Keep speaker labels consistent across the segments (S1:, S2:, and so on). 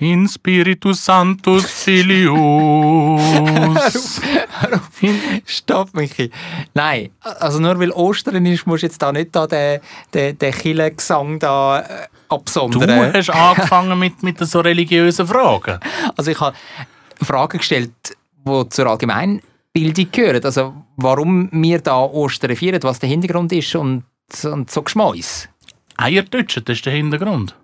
S1: In Spiritus Sanctus Filius.
S2: Stopp, Michi. Nein, also nur weil Ostern ist, musst du jetzt da nicht da den, den, den Kirchengesang da äh,
S1: du
S2: absondern.
S1: hast angefangen mit, mit so religiösen Fragen.
S2: Also ich habe Fragen gestellt, die zur Allgemeinbildung gehören. Also warum wir da Ostern feiern, was der Hintergrund ist und, und so Geschmäus.
S1: Eierdütschen, das ist der Hintergrund.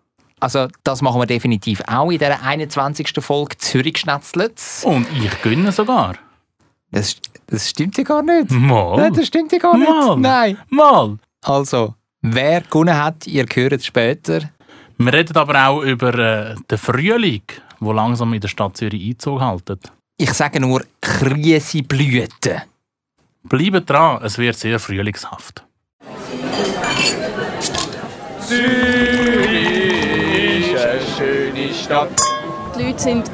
S2: Also das machen wir definitiv auch in dieser 21. Folge Zürich Schnetzlitz.
S1: Und ich gönne sogar.
S2: Das, das stimmt ja gar nicht.
S1: Mal.
S2: Nein, das stimmt ja gar nicht.
S1: Mal.
S2: Nein.
S1: Mal.
S2: Also, wer gewonnen hat, ihr hört es später.
S1: Wir reden aber auch über äh, den Frühling, wo langsam in der Stadt Zürich Einzug haltet.
S2: Ich sage nur Krise Blüten.
S1: Bleibt dran, es wird sehr frühlingshaft.
S3: Die Leute sind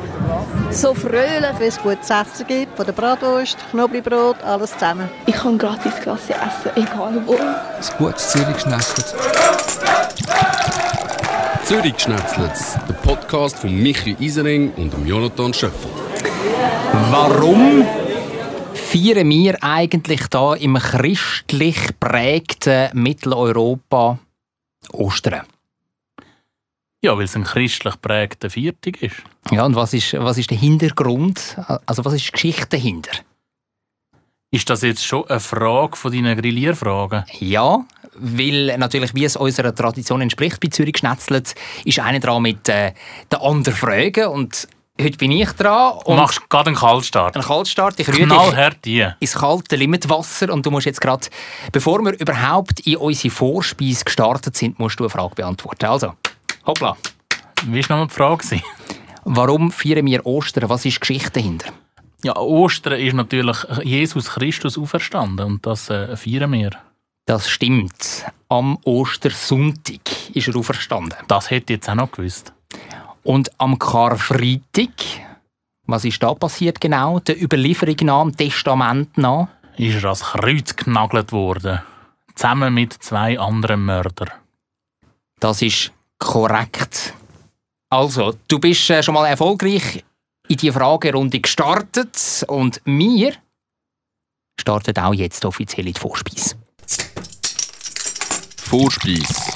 S4: So fröhlich, wenn es gutes Essen gibt, von der Bratwurst, Knoblauchbrot, alles zusammen.
S5: Ich kann gratis Klasse essen, egal wo.
S6: Ein gutes Zürich Schnetzlitz.
S7: Zürich Schnetzlitz, der Podcast von Michi Isering und dem Jonathan Schöffel.
S2: Warum feiern wir eigentlich da im christlich prägten Mitteleuropa Ostern?
S1: Ja, weil es ein christlich prägter Viertig ist.
S2: Ja, und was ist, was ist der Hintergrund? Also, was ist die Geschichte dahinter?
S1: Ist das jetzt schon eine Frage von deinen Grillierfragen?
S2: Ja, weil natürlich, wie es unserer Tradition entspricht bei Zürich Schnetzlitz, ist einer dran mit äh, der anderen Frage. Und heute bin ich dran.
S1: Du
S2: Und
S1: machst gerade einen Kaltstart.
S2: einen Kaltstart. Ich rühre dich
S1: Knallhart die.
S2: ins kalte Limitwasser. Und du musst jetzt gerade, bevor wir überhaupt in unsere Vorspeise gestartet sind, musst du eine Frage beantworten. Also, hoppla.
S1: Wie war nochmal die Frage? gewesen?
S2: Warum feiern wir Ostern? Was ist die Geschichte dahinter?
S1: Ja, Ostern ist natürlich Jesus Christus auferstanden und das äh, feiern wir.
S2: Das stimmt. Am Ostersonntag ist er auferstanden.
S1: Das hätte ich jetzt auch noch gewusst.
S2: Und am Karfreitag, was ist da passiert genau? Der Überlieferung nach, dem Testament nach.
S1: Ist er ans Kreuz genagelt worden. Zusammen mit zwei anderen Mördern.
S2: Das ist korrekt. Also, du bist äh, schon mal erfolgreich in die Fragerunde gestartet und wir starten auch jetzt offiziell in die Vorspeise.
S7: Vorspeis.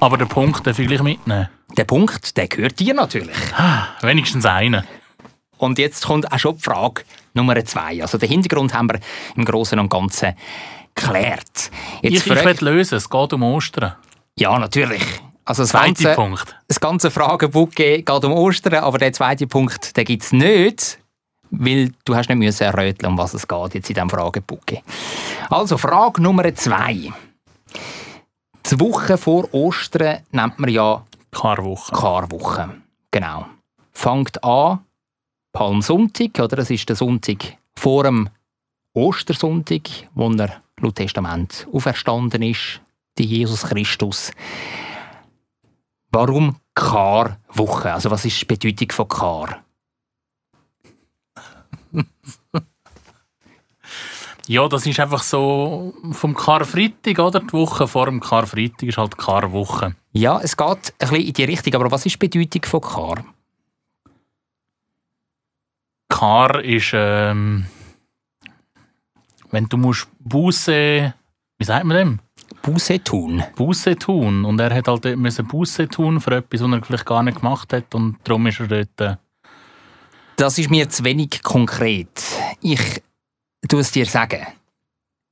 S1: Aber den Punkt darf ich gleich mitnehmen.
S2: Der Punkt, der gehört dir natürlich.
S1: Wenigstens einen.
S2: Und jetzt kommt auch schon die Frage Nummer zwei. Also den Hintergrund haben wir im Großen und Ganzen geklärt. Jetzt
S1: Ich, ich
S2: frag-
S1: will lösen, es geht um Ostern.
S2: Ja, natürlich. Also das
S1: Zweiter
S2: ganze,
S1: Punkt.
S2: das ganze Fragenbouquet geht um Ostern, aber der zweite Punkt, den gibt es nicht, weil du hast nicht müssen erröteln, um was es geht jetzt in diesem Fragenbouquet. Also, Frage Nummer zwei. Die Woche vor Ostern nennt man ja
S1: Keine Woche.
S2: Karwoche. Genau. Fangt an Palmsonntag, oder? Das ist der Sonntag vor dem Ostersonntag, wo er laut Testament auferstanden ist, der Jesus Christus. Warum Karwoche? Also was ist die Bedeutung von Kar?
S1: Ja, das ist einfach so vom Karfreitag, oder? Die Woche vor dem Karfreitag ist halt Karwoche.
S2: Ja, es geht ein bisschen in die Richtung, aber was ist die Bedeutung von Kar?
S1: Kar ist, ähm, wenn du musst Buße, wie sagt man dem?
S2: Buße tun.
S1: Buße tun. Und er hat halt dort müssen Buße tun für etwas, was er vielleicht gar nicht gemacht hat. Und darum ist er dort. Äh,
S2: Das ist mir zu wenig konkret. Ich tue es dir sagen.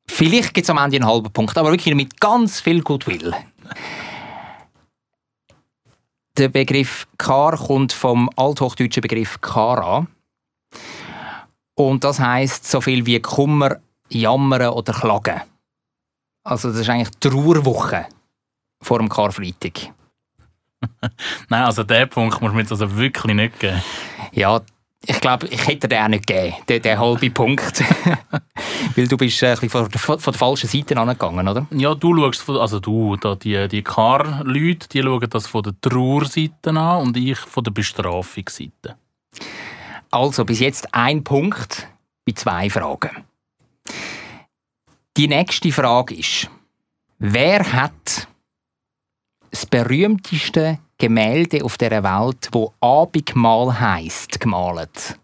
S2: Vielleicht gibt es am Ende einen halben Punkt, aber wirklich mit ganz viel Goodwill. Der Begriff Kar kommt vom althochdeutschen Begriff Kara. Und das heißt so viel wie Kummer, Jammern oder Klagen. Also, das ist eigentlich die Trauerwoche vor dem Karfreitag.
S1: nein, also der Punkt muss mir jetzt also wirklich nicht geben.
S2: Ja, ich glaube, ich hätte den auch nicht gegeben, den, den halben Punkt. Weil du bist äh, ein bisschen von, der- von der falschen Seite angegangen, oder?
S1: Ja, du schaust, von, also du, da die, die Kar-Leute, die schauen das von der Trauerseite an und ich von der Bestrafungsseite.
S2: Also, bis jetzt ein Punkt bei zwei Fragen. Die nächste Frage ist, wer hat das berühmteste Gemälde auf der Welt, wo Abendmahl heißt, gemalt.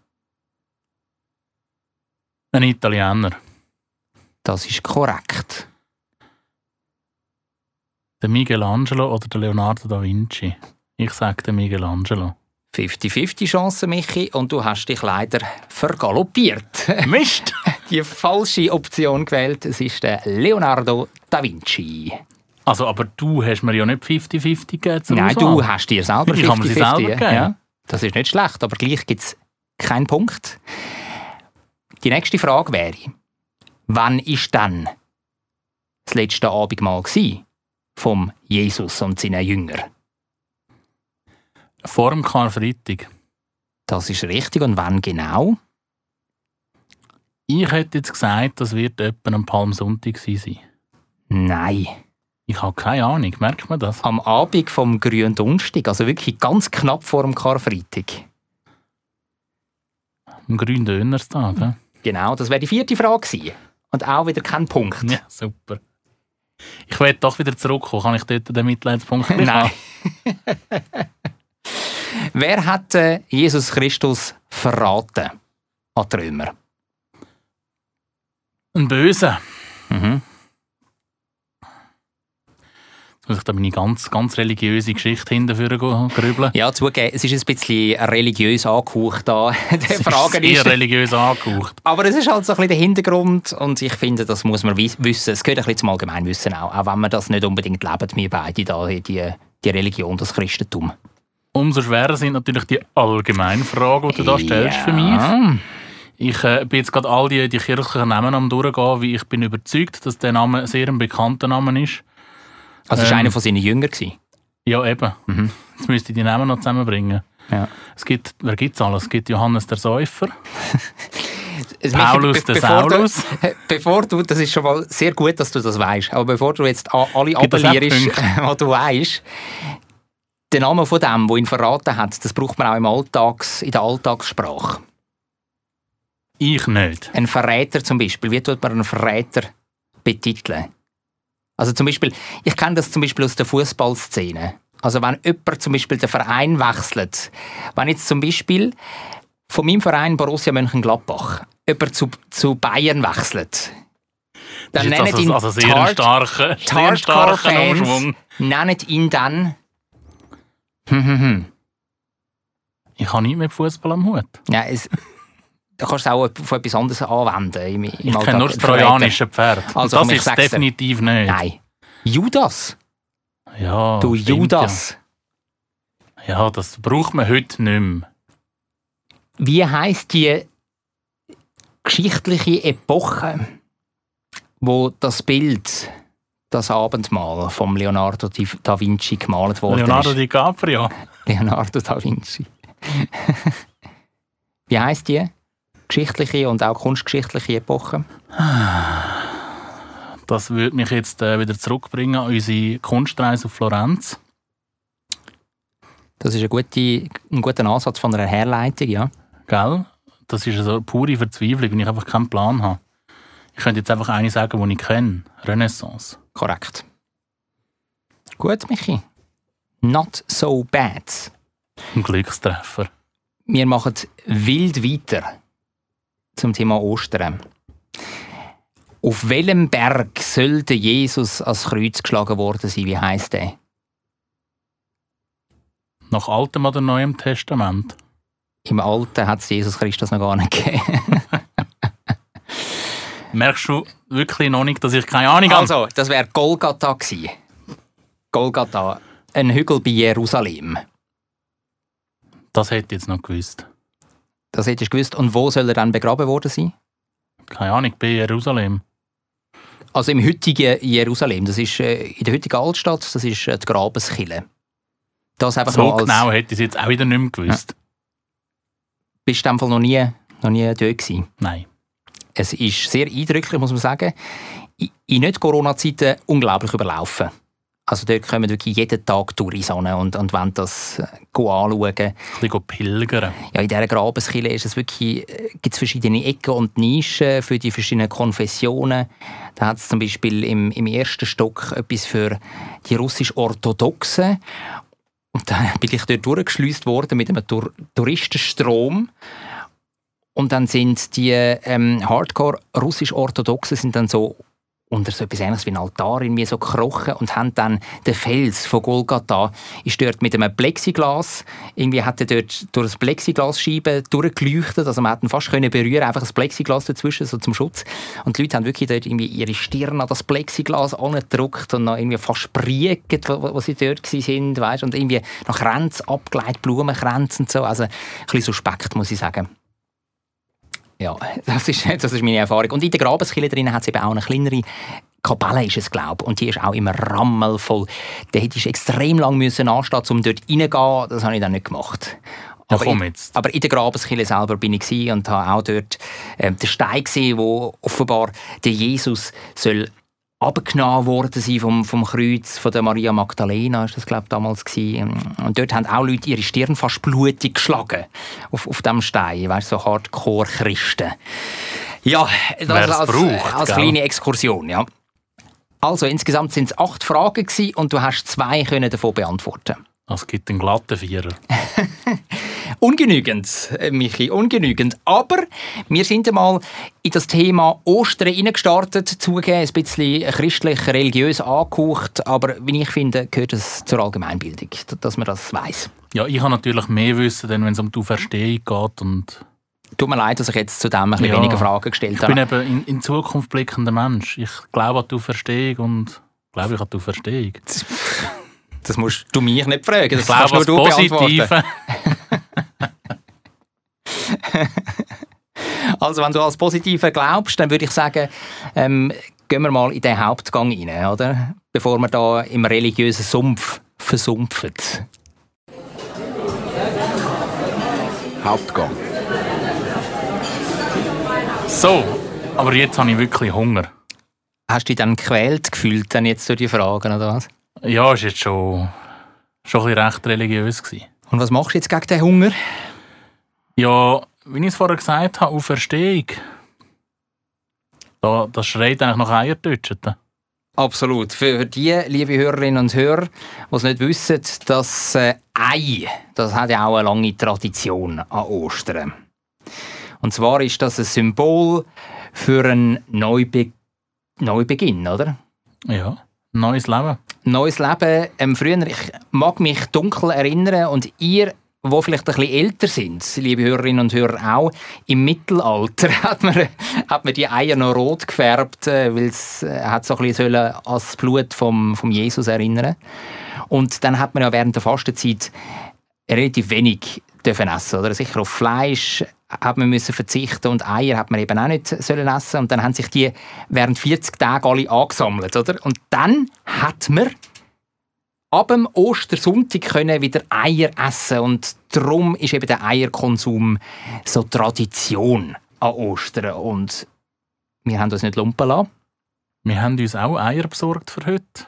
S1: Ein Italiener.
S2: Das ist korrekt.
S1: Der Michelangelo oder der Leonardo da Vinci? Ich sage der Michelangelo.
S2: 50-50 Chance, Michi, und du hast dich leider vergaloppiert.
S1: Mist!
S2: Die falsche Option gewählt, es ist der Leonardo da Vinci.
S1: Also, aber du hast mir ja nicht 50-50 gegeben. zur
S2: Nein,
S1: Auswahl.
S2: du hast dir selber
S1: Ich habe mir sie
S2: 50-50,
S1: selber gegeben.
S2: Das ist nicht schlecht, aber gleich gibt es keinen Punkt. Die nächste Frage wäre, wann ist denn das letzte Abendmahl gsi vom Jesus und seinen Jüngern?
S1: Vor dem Karfreitag.
S2: Das ist richtig und wann genau?
S1: Ich hätte jetzt gesagt, das wird etwa am Palmsonntag gewesen sein.
S2: Nein.
S1: Ich habe keine Ahnung, merkt man das?
S2: Am Abend vom Grünen Donnerstag, also wirklich ganz knapp vor dem Karfreitag.
S1: Am grünen Dönerstag. hä?
S2: Genau, das wäre die vierte Frage gewesen. Und auch wieder kein Punkt.
S1: Ja, super. Ich werde doch wieder zurückkommen. Kann ich dort den Mitleidspunkt gleich
S2: Nein.
S1: haben?
S2: Wer hat äh, Jesus Christus verraten an die Römer?
S1: Ein Böse.
S2: Mhm.
S1: Jetzt muss ich da meine ganz, ganz religiöse Geschichte hinterführen gehen, grübeln.
S2: Ja, zugegeben, es ist ein bisschen religiös angehaucht da, der
S1: Das
S2: Fragenliste.
S1: Sehr religiös angehaucht.
S2: Aber es ist halt so ein bisschen der Hintergrund und ich finde, das muss man wi- wissen. Es gehört ein bisschen zum Allgemeinwissen auch, auch wenn wir das nicht unbedingt leben, wir beide da, die, die Religion, das Christentum.
S1: Umso schwerer sind natürlich die Allgemeinfragen, die du da stellst für mich.
S2: Ja.
S1: Ich äh, bin jetzt gerade all die, die kirchlichen Namen am durchgehen, weil ich bin überzeugt, dass der Name sehr ein bekannter Name ist.
S2: Also es
S1: Ähm.
S2: war einer von seinen Jüngern. gewesen.
S1: Ja, eben.
S2: Mhm.
S1: Jetzt müsste ich die Namen noch zusammenbringen.
S2: Ja.
S1: Es gibt, wer gibt es alles? Es gibt Johannes der Säufer.
S2: Michi,
S1: Paulus
S2: be-
S1: der
S2: bevor du-
S1: Saulus.
S2: Bevor du, das ist schon mal sehr gut, dass du das weißt, aber bevor du jetzt a- alle
S1: Gibt das
S2: appellierst,
S1: auch
S2: was du weißt, der Name von dem, der ihn verraten hat, das braucht man auch im Alltags, in der Alltagssprache.
S1: Ich nicht.
S2: Ein Verräter zum Beispiel, wie tut man einen Verräter betiteln? Also zum Beispiel, ich kenne das zum Beispiel aus der Fußballszene. Also wenn jemand zum Beispiel den Verein wechselt, wenn jetzt zum Beispiel von meinem Verein Borussia Mönchengladbach jemand zu, zu Bayern wechselt,
S1: Das
S2: dann
S1: ist
S2: nennen
S1: jetzt
S2: ihn
S1: also, also sehr
S2: Tart-
S1: starken,
S2: die
S1: sehr starken
S2: Hardcore-Fans
S1: Umschwung.
S2: nennen ihn dann. Hm, hm, hm.
S1: Ich habe nicht mehr Fußball am Hut.
S2: Ja, es, da kannst du es auch auf etwas anderes anwenden. Im, im
S1: Ich
S2: Alltag.
S1: kenne nur das
S2: Verräter.
S1: trojanische Pferd.
S2: Also,
S1: Also, das
S2: komm, ich
S1: ist
S2: sag's dir.
S1: definitiv nicht.
S2: Nein. Judas.
S1: Ja,
S2: Du
S1: stimmt,
S2: Judas.
S1: Ja. ja, das braucht man heute nicht mehr.
S2: Wie heißt die geschichtliche Epoche, wo das Bild, das Abendmahl vom Leonardo di- da Vinci gemalt worden
S1: Leonardo
S2: Oh, ist?
S1: DiCaprio.
S2: Leonardo da Vinci. Wie heißt die geschichtliche und auch kunstgeschichtliche Epoche?
S1: Das würde mich jetzt äh, wieder zurückbringen an unsere Kunstreise auf Florenz.
S2: Das ist ein, gute, ein guter Ansatz von einer Herleitung, ja.
S1: Gell? Das ist also pure Verzweiflung, wenn ich einfach keinen Plan habe. Ich könnte jetzt einfach eine sagen, die ich kenne. Renaissance.
S2: Korrekt. Gut, Michi. Not so bad.
S1: Ein Glückstreffer.
S2: Wir machen wild weiter zum Thema Ostern. Auf welchem Berg sollte Jesus ans Kreuz geschlagen worden sein? Wie heißt der?
S1: Nach Altem oder Neuem Testament?
S2: Im Alten hat es Jesus Christus noch gar nicht gegeben.
S1: Merkst du wirklich noch nicht, dass ich keine Ahnung habe?
S2: Also, das wäre Golgatha gewesen. Golgatha, ein Hügel bei Jerusalem.
S1: Das hätte ich jetzt noch gewusst.
S2: Das hättest du gewusst. Und wo soll er dann begraben worden sein?
S1: Keine Ahnung, bei Jerusalem.
S2: Also im heutigen Jerusalem. Das ist äh, in der heutigen Altstadt, das ist äh, die Grabeskille. Das einfach
S1: So
S2: mal Also als,
S1: genau hätte ich es jetzt auch wieder nicht mehr gewusst.
S2: Bist du in dem Fall noch nie, noch nie dort gewesen.
S1: Nein.
S2: Es ist sehr eindrücklich, muss man sagen. In- In Nicht-Corona-Zeiten unglaublich überlaufen. Also dort kommen wirklich jeden Tag Touristen hin und, und wollen das äh, anschauen.
S1: Ein bisschen pilgern.
S2: Ja, in dieser Grabeskille ist es wirklich, äh, gibt's verschiedene Ecken und Nischen für die verschiedenen Konfessionen. Da hat es zum Beispiel im, im ersten Stock etwas für die russisch-orthodoxen. Und dann bin ich dort durchgeschleust worden mit einem Tur Touristenstrom. Und dann sind die ähm, Hardcore-russisch-Orthodoxen sind dann so unter so etwas ähnliches wie ein Altar in mir so gekrochen und haben dann den Fels von Golgatha ist dort mit einem Plexiglas, irgendwie hat er dort durch das Plexiglasscheibe durchgeleuchtet, also man hat ihn fast können berühren, einfach das Plexiglas dazwischen, so zum Schutz. Und die Leute haben wirklich dort irgendwie ihre Stirn an das Plexiglas angedrückt und noch irgendwie fast spriegt, wo, wo sie dort gewesen sind, weißt? und irgendwie noch Kränze abgeleitet, Blumenkränze und so, also ein bisschen suspekt, muss ich sagen. Ja, das ist, das ist meine Erfahrung. Und in der Grabeskille drin hat es eben auch eine kleinere Kapelle, ist es, glaube ich. Und die ist auch immer rammelvoll. Da hätte ich extrem lang müssen anstehen, um dort reingehen. Das habe ich dann nicht gemacht.
S1: Ja,
S2: Aber,
S1: komm
S2: in,
S1: jetzt.
S2: aber in der Grabeskille selber bin ich gewesen und habe auch dort ähm, den Stein gesehen, wo offenbar der Jesus soll abgenommen worden sein vom, vom Kreuz von der Maria Magdalena, ist das glaube ich damals gewesen. Und dort haben auch Leute ihre Stirn fast blutig geschlagen auf, auf dem Stein, weißt so Hardcore-Christen. Ja, das
S1: Wer's
S2: als,
S1: braucht,
S2: als
S1: gell?
S2: kleine Exkursion, ja. Also insgesamt sind es acht Fragen gewesen und du hast zwei können davon beantworten.
S1: Es gibt einen glatten Vierer.
S2: Ungenügend, äh, Michi, ungenügend. Aber wir sind einmal in das Thema Ostern hineingestartet, zugegeben, ein bisschen christlich, religiös angehaucht, aber wie ich finde, gehört es zur Allgemeinbildung, d- dass man das weiß.
S1: Ja, ich habe natürlich mehr Wissen, denn wenn es um die Auferstehung geht. Und
S2: Tut mir leid, dass ich jetzt zu dem ein bisschen
S1: Ja.
S2: weniger Fragen gestellt
S1: ich bin
S2: habe.
S1: eben in, in Zukunft blickender Mensch. Ich glaube an die Auferstehung und glaube ich an die Auferstehung.
S2: Das musst du mich nicht fragen, das
S1: Ich glaube an
S2: kannst
S1: das
S2: nur du beantworten.
S1: Positive.
S2: Also wenn du als Positive glaubst, dann würde ich sagen, ähm, gehen wir mal in den Hauptgang rein, oder? Bevor wir da im religiösen Sumpf versumpfen.
S7: Hauptgang.
S1: So, aber jetzt habe ich wirklich Hunger.
S2: Hast du dich dann gequält gefühlt dann jetzt durch die Fragen oder was?
S1: Ja, ist jetzt schon, schon ein bisschen recht religiös gewesen.
S2: Und was machst du jetzt gegen den Hunger?
S1: Ja, wie ich es vorher gesagt habe, Auferstehung. Da, das schreit eigentlich nach Eiertötscheten.
S2: Absolut. Für die, liebe Hörerinnen und Hörer, die es nicht wissen, das äh, Ei, das hat ja auch eine lange Tradition an Ostern. Und zwar ist das ein Symbol für einen Neube Neubeginn, oder?
S1: Ja, neues Leben.
S2: neues Leben. Ähm, früher, ich mag mich dunkel erinnern und ihr, wo vielleicht ein bisschen älter sind, liebe Hörerinnen und Hörer auch, im Mittelalter hat man, hat man die Eier noch rot gefärbt, äh, weil es äh, hat so ein bisschen sollen an das Blut vom, vom Jesus erinnern. Und dann hat man ja während der Fastenzeit relativ wenig dürfen essen, oder? Sicher auf Fleisch hat man müssen verzichten und Eier hat man eben auch nicht sollen essen und dann haben sich die während 40 Tagen alle angesammelt, oder? Und dann hat man ab dem Ostersonntag können wieder Eier essen und darum ist eben der Eierkonsum so Tradition an Ostern und wir haben uns nicht lumpen lassen.
S1: Wir haben uns auch Eier besorgt für heute.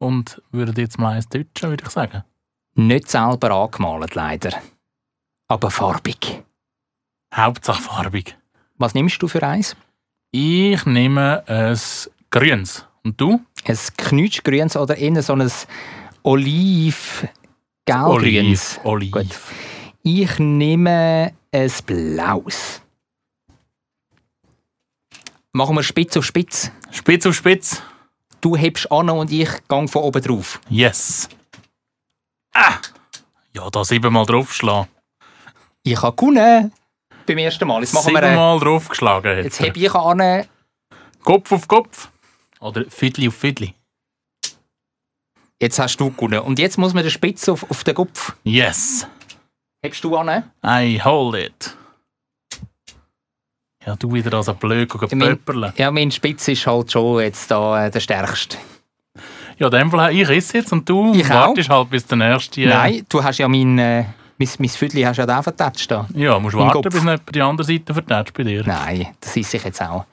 S1: Und würden jetzt mal eins deutschen, würde ich sagen.
S2: Nicht selber angemalt, leider. Aber farbig.
S1: Hauptsache farbig.
S2: Was nimmst du für eins?
S1: Ich nehme ein grünes. Und du?
S2: Ein knutschgrünes oder eher so ein oliv gelgrünes
S1: Oliv. Oliv.
S2: Gut. Ich nehme ein blaues. Machen wir spitz auf spitz.
S1: Spitz auf Spitz.
S2: Du hebst an und ich gang von oben drauf.
S1: Yes. Ah! Ja, da siebenmal draufschlagen.
S2: Ich habe gewonnen. Beim ersten Mal. Jetzt, machen wir, äh,
S1: Siebenmal draufgeschlagen.
S2: jetzt
S1: hat er.
S2: heb ich an.
S1: Kopf auf Kopf. Oder Fiddli auf Fiddli.
S2: Jetzt hast du gewonnen. Und jetzt muss man den Spitz auf, auf den Kopf.
S1: Yes.
S2: Hebst du an?
S1: I hold it. Ja, du wieder als ein Blöd
S2: Ich mein-
S1: pöppeln.
S2: Ja, mein Spitz ist halt schon jetzt da äh, der stärkste.
S1: Ja, in dem Fall, ich esse jetzt und du
S2: Ich auch.
S1: wartest halt bis der nächste. äh,
S2: Nein, du hast ja mein, äh, mein, mein Viertel hast ja da vertatscht. da.
S1: Ja, musst
S2: Mein
S1: warten,
S2: Kopf.
S1: bis nicht die andere Seite vertätscht bei dir.
S2: Nein, das ist ich jetzt auch.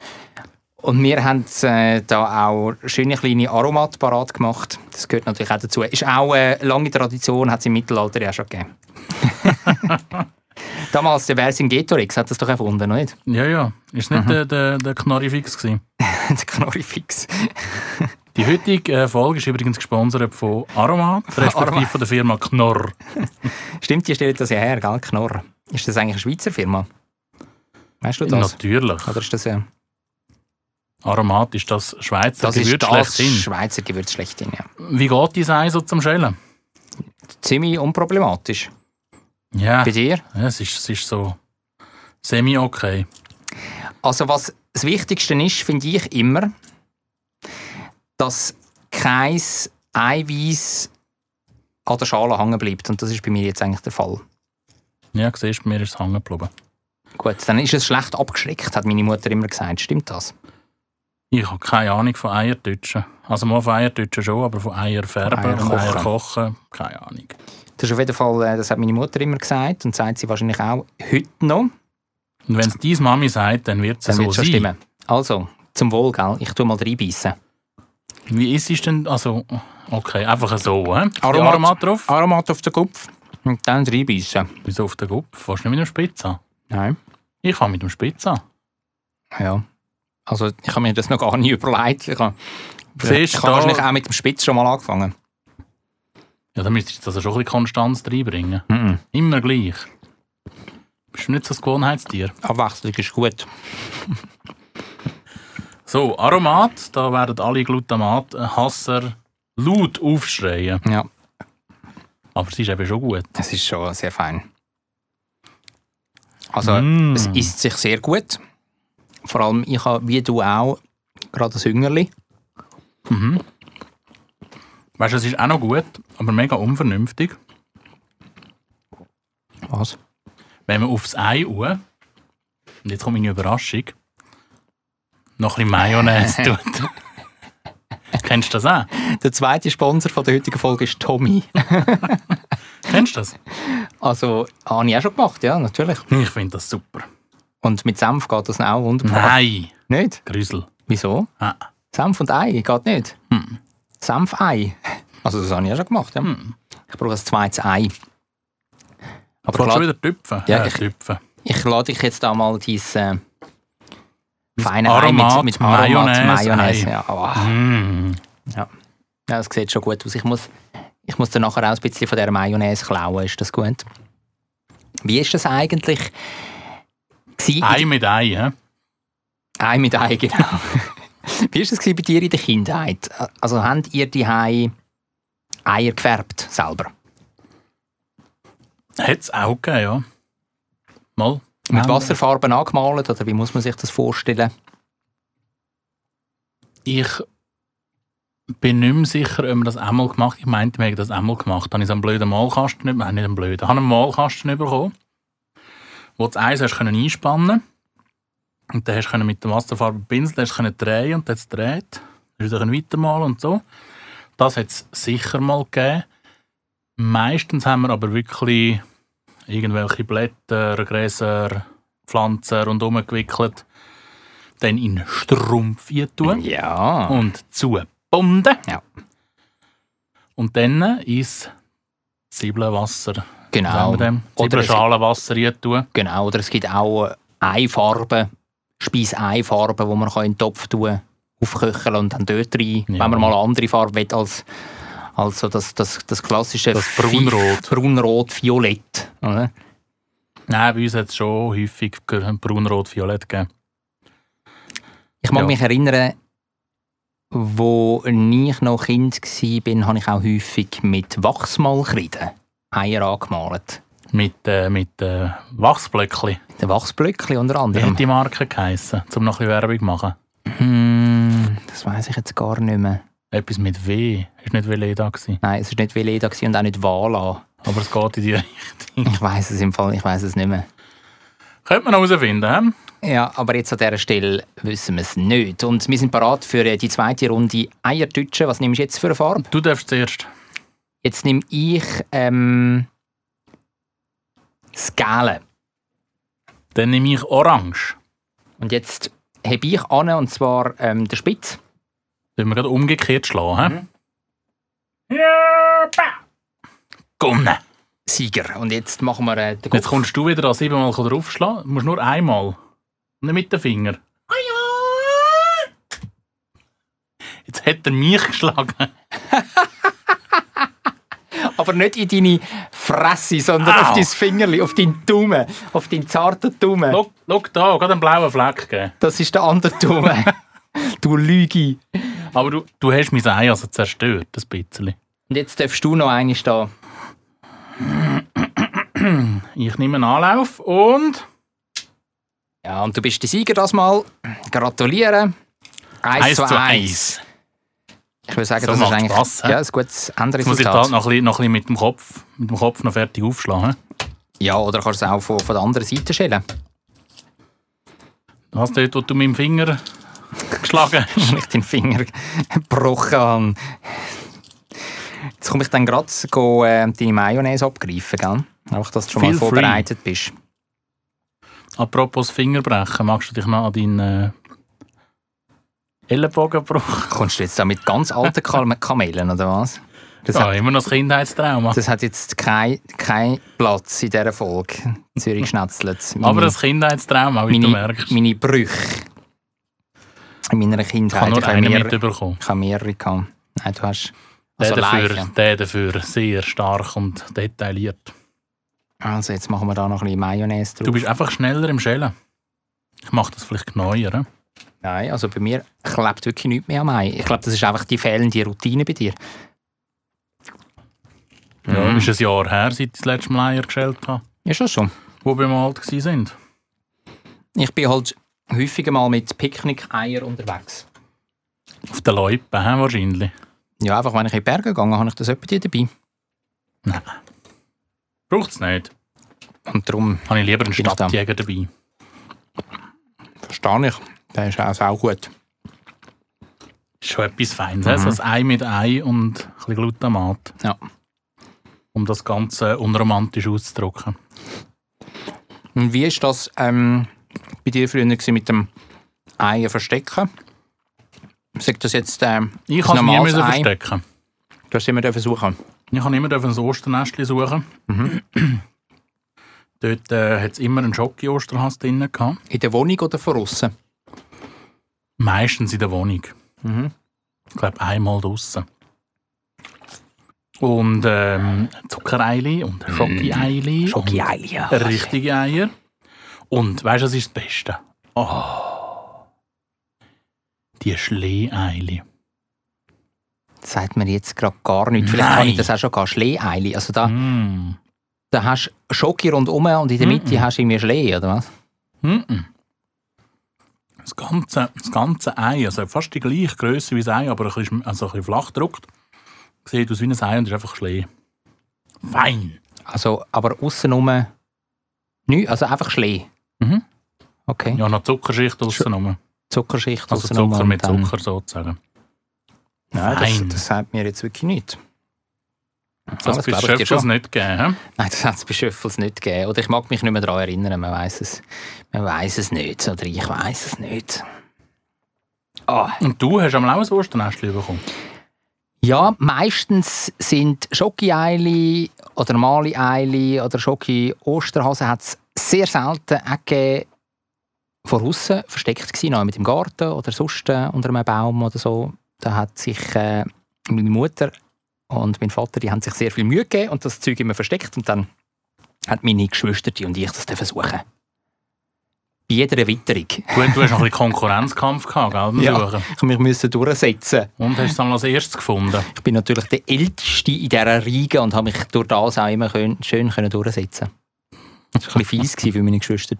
S2: Und wir haben äh, da auch schöne kleine Aromat parat gemacht. Das gehört natürlich auch dazu. Ist auch eine lange Tradition, hat es im Mittelalter ja schon gegeben. Damals der Vercingetorix hat das doch erfunden, oder nicht? Mhm.
S1: Ja, ja. Ist nicht der, der, der Knarrifix gewesen?
S2: der Knorrifix.
S1: Die heutige äh, Folge ist übrigens gesponsert von Aromat, respektive
S2: Aromat.
S1: von der Firma Knorr.
S2: Stimmt, die stellen das ja her, gell? Knorr. Ist das eigentlich eine Schweizer Firma? Weißt du das?
S1: Natürlich.
S2: Oder ist das äh, ja.
S1: Aromat ist das Schweizer
S2: Das ist
S1: Gewürz
S2: das
S1: schlechthin.
S2: Schweizer Gewürz schlechthin, ja.
S1: Wie geht dein Ei so zum Schälen?
S2: Ziemlich unproblematisch.
S1: Ja,
S2: Bei dir?
S1: ja, es, ist, es ist so semi-okay.
S2: Also was das Wichtigste ist, finde ich immer, dass kein Eiweiß an der Schale hängen bleibt. Und das ist bei mir jetzt eigentlich der Fall.
S1: Ja, siehst du, mir ist es hängen geblieben.
S2: Gut, dann ist es schlecht abgeschreckt, hat meine Mutter immer gesagt. Stimmt das?
S1: Ich habe keine Ahnung von Eierdeutschen. Also mal von Eierdeutschen schon, aber von Eierfärben
S2: Von
S1: und
S2: Eier
S1: Eierkochen, keine Ahnung.
S2: Das ist auf jeden Fall, äh, das hat meine Mutter immer gesagt und sagt sie wahrscheinlich auch heute noch.
S1: Und wenn es deine Mami sagt, dann wird es
S2: Dann
S1: so
S2: wird schon
S1: sein.
S2: stimmen. Also, zum Wohl, gell? Ich tue mal reinbeissen.
S1: Wie ist es denn? Also, okay, einfach so. He? Aromat.
S2: Aromat.
S1: Aromat drauf.
S2: Aromat auf den Kopf. Und dann reinbeissen.
S1: Wieso auf den Kopf? Fast nicht mit dem Spitz an.
S2: Nein.
S1: Ich fange mit dem Spitz an.
S2: Ja. Also, ich habe mir das noch gar nicht überlegt. Ich habe,
S1: Siehst
S2: ich habe
S1: da-
S2: wahrscheinlich auch mit dem Spitz schon mal angefangen.
S1: Ja, dann müsstest du das schon ein bisschen Konstanz reinbringen.
S2: Mhm.
S1: Immer gleich. Bist du nicht so ein Gewohnheitstier?
S2: Abwechslung ist gut.
S1: So, Aromat, da werden alle Glutamat-Hasser laut aufschreien.
S2: Ja,
S1: Aber es ist eben schon gut.
S2: das ist schon sehr fein. Also,
S1: Mm.
S2: es isst sich sehr gut. Vor allem, ich habe, wie du auch, gerade ein Hüngerli.
S1: Weißt du, es ist auch noch gut, aber mega unvernünftig,
S2: Was?
S1: wenn man aufs Ei uhr und jetzt kommt meine Überraschung, noch ein bisschen Mayonnaise tut. Kennst du das auch?
S2: Der zweite Sponsor von der heutigen Folge ist Tommy.
S1: Kennst du das?
S2: Also, habe ich auch schon gemacht, ja, natürlich.
S1: Ich finde das super.
S2: Und mit Senf geht das auch wunderbar.
S1: Nein,
S2: Nicht?
S1: Grüsel.
S2: Wieso?
S1: Ah.
S2: Senf und Ei geht nicht. Hm. Senf-Ei. Also, das habe ich auch schon gemacht, ja. Hm. Ich brauche ein zweites Ei.
S1: Aber
S2: Aber
S1: du schon
S2: klar,
S1: wieder tüpfen.
S2: Ja,
S1: äh,
S2: ich-
S1: tüpfen.
S2: ich lade dich jetzt da mal dein äh, feine Ei
S1: Aromat,
S2: mit, mit Aromat,
S1: Mayonnaise,
S2: Mayonnaise.
S1: Ei.
S2: Ja, wow.
S1: Mm.
S2: ja, das sieht schon gut aus. Ich muss, ich muss dann nachher auch ein bisschen von dieser Mayonnaise klauen. Ist das gut? Wie ist das eigentlich? gewesen?
S1: Ei mit Ei, hä?
S2: Ei mit Ei, genau. Wie war das bei dir in der Kindheit? Also habt ihr die Ei Eier gefärbt selber?
S1: Hätte es auch gegeben, ja. Mal.
S2: Mit
S1: Ähm,
S2: Wasserfarben angemalt oder wie muss man sich das vorstellen?
S1: Ich bin nicht mehr sicher, ob wir das einmal gemacht Ich meinte, wir hätten das einmal gemacht. Dann habe ich so einen blöden Malkasten nicht Nein, nicht einen blöden. Ich habe einen Malkasten bekommen, wo du das Eis hast können einspannen Und dann hast du können mit dem Wasserfarbe pinseln, dann hast du können drehen und dann hat es gedreht. Dann hast du können weitermalen und so. Das hat es sicher mal gegeben. Meistens haben wir aber wirklich irgendwelche Blätter, Gräser, Pflanzen rundherum gewickelt, dann in Strumpf tun
S2: Ja.
S1: und zugebunden.
S2: Ja.
S1: Und dann ins Zwiebelwasser,
S2: Genau.
S1: sagen wir dem,
S2: Oder es,
S1: Zwiebelschalenwasser reintun.
S2: genau. Oder es gibt auch äh, Eifarben, Speiseifarben, die man kann in den Topf tun aufköcheln und dann dort rein,
S1: Ja.
S2: wenn man mal eine andere Farbe will als, als so das, das, das klassische
S1: Das Braunrot.
S2: Braunrot-Violett. oder?
S1: Nein, bei uns hat es schon häufig ge- braun-rot-violett gegeben.
S2: Ich mag
S1: Ja.
S2: mich erinnern, wo ich noch Kind war, habe ich auch häufig mit Wachsmalkreide Eier angemalt.
S1: Mit, äh, mit äh, Wachsblöckchen.
S2: Der Wachsblöckli unter
S1: Wie
S2: anderem.
S1: hat die Marke geheissen, um noch ein bisschen Werbung zu machen?
S2: Hm, das weiß ich jetzt gar nicht mehr.
S1: Etwas mit W. Ist nicht Veleda gewesen.
S2: Nein, es war nicht Veleda gewesen und auch nicht Vala.
S1: Aber es geht in die Richtung.
S2: Ich weiß es im Fall, ich weiß es nicht mehr.
S1: Könnte man noch herausfinden,
S2: Ja, aber jetzt an dieser Stelle wissen wir es nicht. Und wir sind parat für äh, die zweite Runde Eiertütsche. Was nimmst du jetzt für eine Farbe?
S1: he? Du darfst zuerst.
S2: Jetzt nehme ich ähm, das Gelbe.
S1: Dann nehme ich Orange.
S2: Und jetzt habe ich an, und zwar ähm, der Spitz.
S1: Sollen wir gerade umgekehrt schlagen, mhm.
S2: Mhm.
S1: Komm, ne.
S2: Sieger. Und jetzt machen wir äh, den
S1: Jetzt
S2: Kopf.
S1: kommst du wieder an siebenmal draufschlagen. Du musst nur einmal. Ah Und Nicht mit dem Finger. Jetzt Jetzt hat er mich geschlagen.
S2: Aber nicht in deine Fresse, sondern
S1: Au.
S2: auf dein Fingerli, auf deinen Daumen, auf deinen zarten Daumen.
S1: Schau, schau da, gerade einen blauen Fleck gegeben.
S2: Das ist der andere Daumen. du Lüge.
S1: Aber du, du hast mein Ei also zerstört, ein bisschen.
S2: Und jetzt darfst du noch eine stehen.
S1: Ich nehme einen Anlauf und...
S2: Ja, und du bist der Sieger das Mal. Gratuliere. Eins
S1: Eins
S2: zu
S1: zu
S2: eins. Ich würde sagen,
S1: So
S2: das ist
S1: macht's
S2: eigentlich
S1: Spass, hä?
S2: ja, ein gutes
S1: Jetzt muss ich
S2: Endresultat.
S1: da noch ein bisschen, noch ein bisschen mit, dem Kopf, mit dem Kopf noch fertig aufschlagen.
S2: ja, oder kannst du es auch von, von der anderen Seite schälen.
S1: Du hast dort, wo du mit dem Finger geschlagen hast.
S2: Wenn ich den Finger gebrochen habe. Jetzt komme ich dann gerade go, äh, deine Mayonnaise abgreifen, gell? Einfach, dass du schon
S1: Feel
S2: mal
S1: free.
S2: vorbereitet bist.
S1: Apropos Fingerbrechen, magst du dich noch an deinen äh, Ellenbogenbruch?
S2: Kommst du jetzt da mit ganz alten Kam Kamelen, oder was? Das,
S1: Ja,
S2: hat,
S1: immer noch das Kindheitstrauma.
S2: das hat jetzt keinen kein Platz in dieser Folge. Zürich schnetzelt.
S1: Aber das Kindheitstrauma, wie du
S2: meine,
S1: merkst.
S2: meine Brüche in meiner Kindheit.
S1: Ich habe nur
S2: ich habe
S1: einen
S2: mehrere-
S1: mitbekommen.
S2: Ich habe mehrere gehabt. Nein, du hast...
S1: Der,
S2: Also
S1: dafür,
S2: Leichen.
S1: der dafür sehr stark und detailliert.
S2: Also jetzt machen wir da noch ein bisschen Mayonnaise drauf.
S1: Du bist einfach schneller im Schälen. Ich mache das vielleicht neuer. eh?
S2: Nein, also bei mir klebt wirklich nichts mehr am Ei. Ich glaube, das ist einfach die fehlende Routine bei dir.
S1: Ja, ist ein Jahr her, seit ich das letzte Mal Eier geschält habe.
S2: Ist das so?
S1: Wo wir mal alt waren.
S2: Ich bin halt häufiger mal mit Picknick-Eier unterwegs.
S1: Auf den Läupen, hä, wahrscheinlich.
S2: Ja, einfach wenn ich in die Berge gehe, habe ich das etwa dabei.
S1: Braucht es nicht.
S2: Und darum
S1: Habe ich lieber einen
S2: Bin ich da.
S1: Stadtjäger dabei.
S2: verstehe ich. Das ist auch, auch gut.
S1: Ist schon etwas Feines. Mhm. So ein Ei mit Ei und ein bisschen Glutamat,
S2: Ja.
S1: um das Ganze unromantisch auszudrücken.
S2: Und wie ist das ähm, bei dir früher gewesen mit dem Eier verstecken? Sagt das jetzt ähm,
S1: Ich
S2: ein
S1: habe es nie
S2: normales
S1: müssen
S2: Ei?
S1: verstecken.
S2: Du hast immer versuchen.
S1: Ich habe immer ein Osternestchen suchen. Mhm. Dort äh, hat es immer einen Schocki-Osterhass drin gehabt.
S2: In der Wohnung oder von außen?
S1: Meistens in der Wohnung.
S2: Mhm.
S1: Ich glaube, einmal draußen. Und ähm, Zuckereili und Mhm. Schocki-Eili. und
S2: ja.
S1: Richtige Eier. Und weißt du, was ist das Beste? Oh. Die Schleeeile.
S2: Das sagt mir jetzt gerade gar nichts. Vielleicht
S1: Nein.
S2: kann ich das auch schon gar Schleeeili. Also da,
S1: Mm.
S2: da hast du Schoki rundum und in
S1: Mhm.
S2: der Mitte hast du irgendwie Schlee, oder was?
S1: Mm-mm. Das, ganze, das ganze Ei, also fast die gleiche Größe wie das Ei, aber ein bisschen, schm- also ein bisschen flach gedruckt, sieht aus wie ein Ei und ist einfach Schlee. Fein.
S2: Also, aber außenrum nichts, also einfach Schlee.
S1: Mhm.
S2: Okay.
S1: Ja, noch Zuckerschicht außenrum.
S2: Zuckerschicht
S1: Also
S2: aussenrum
S1: Zucker
S2: und
S1: mit
S2: dann-
S1: Zucker sozusagen.
S2: Nein, das,
S1: Fein.
S2: das sagt mir jetzt wirklich nichts.
S1: Das
S2: das
S1: hat es
S2: glaub ich dir
S1: Schöffels
S2: schon.
S1: nicht gegeben. hä?
S2: Nein, das hat es bei Schöffels nicht gegeben. Oder ich mag mich nicht mehr daran erinnern, man weiß es. Man weiß es nicht. Oder ich weiß es nicht. Ah.
S1: Und du hast einmal auch ein Osternestchen bekommen.
S2: Ja, meistens sind Schoki-Eile oder Mali-Eile oder Schoki-Osterhasen hat es sehr selten auch gegeben, von aussen versteckt gewesen, noch mit im Garten oder sonst äh, unter einem Baum oder so. Da hat sich äh, meine Mutter und mein Vater, die haben sich sehr viel Mühe gegeben und das Zeug immer versteckt und dann hat meine Geschwister und ich das dürfen suchen. Bei jeder Erweiterung.
S1: Du, du hast noch ein bisschen Konkurrenzkampf gehabt, gell? beim
S2: Ja.
S1: Suchen.
S2: Ich musste mich durchsetzen.
S1: Und hast es dann als erstes gefunden.
S2: Ich bin natürlich der Älteste in dieser Riege und habe mich durch das auch immer schön, schön können durchsetzen Das war ein bisschen fies gewesen für meine Geschwister.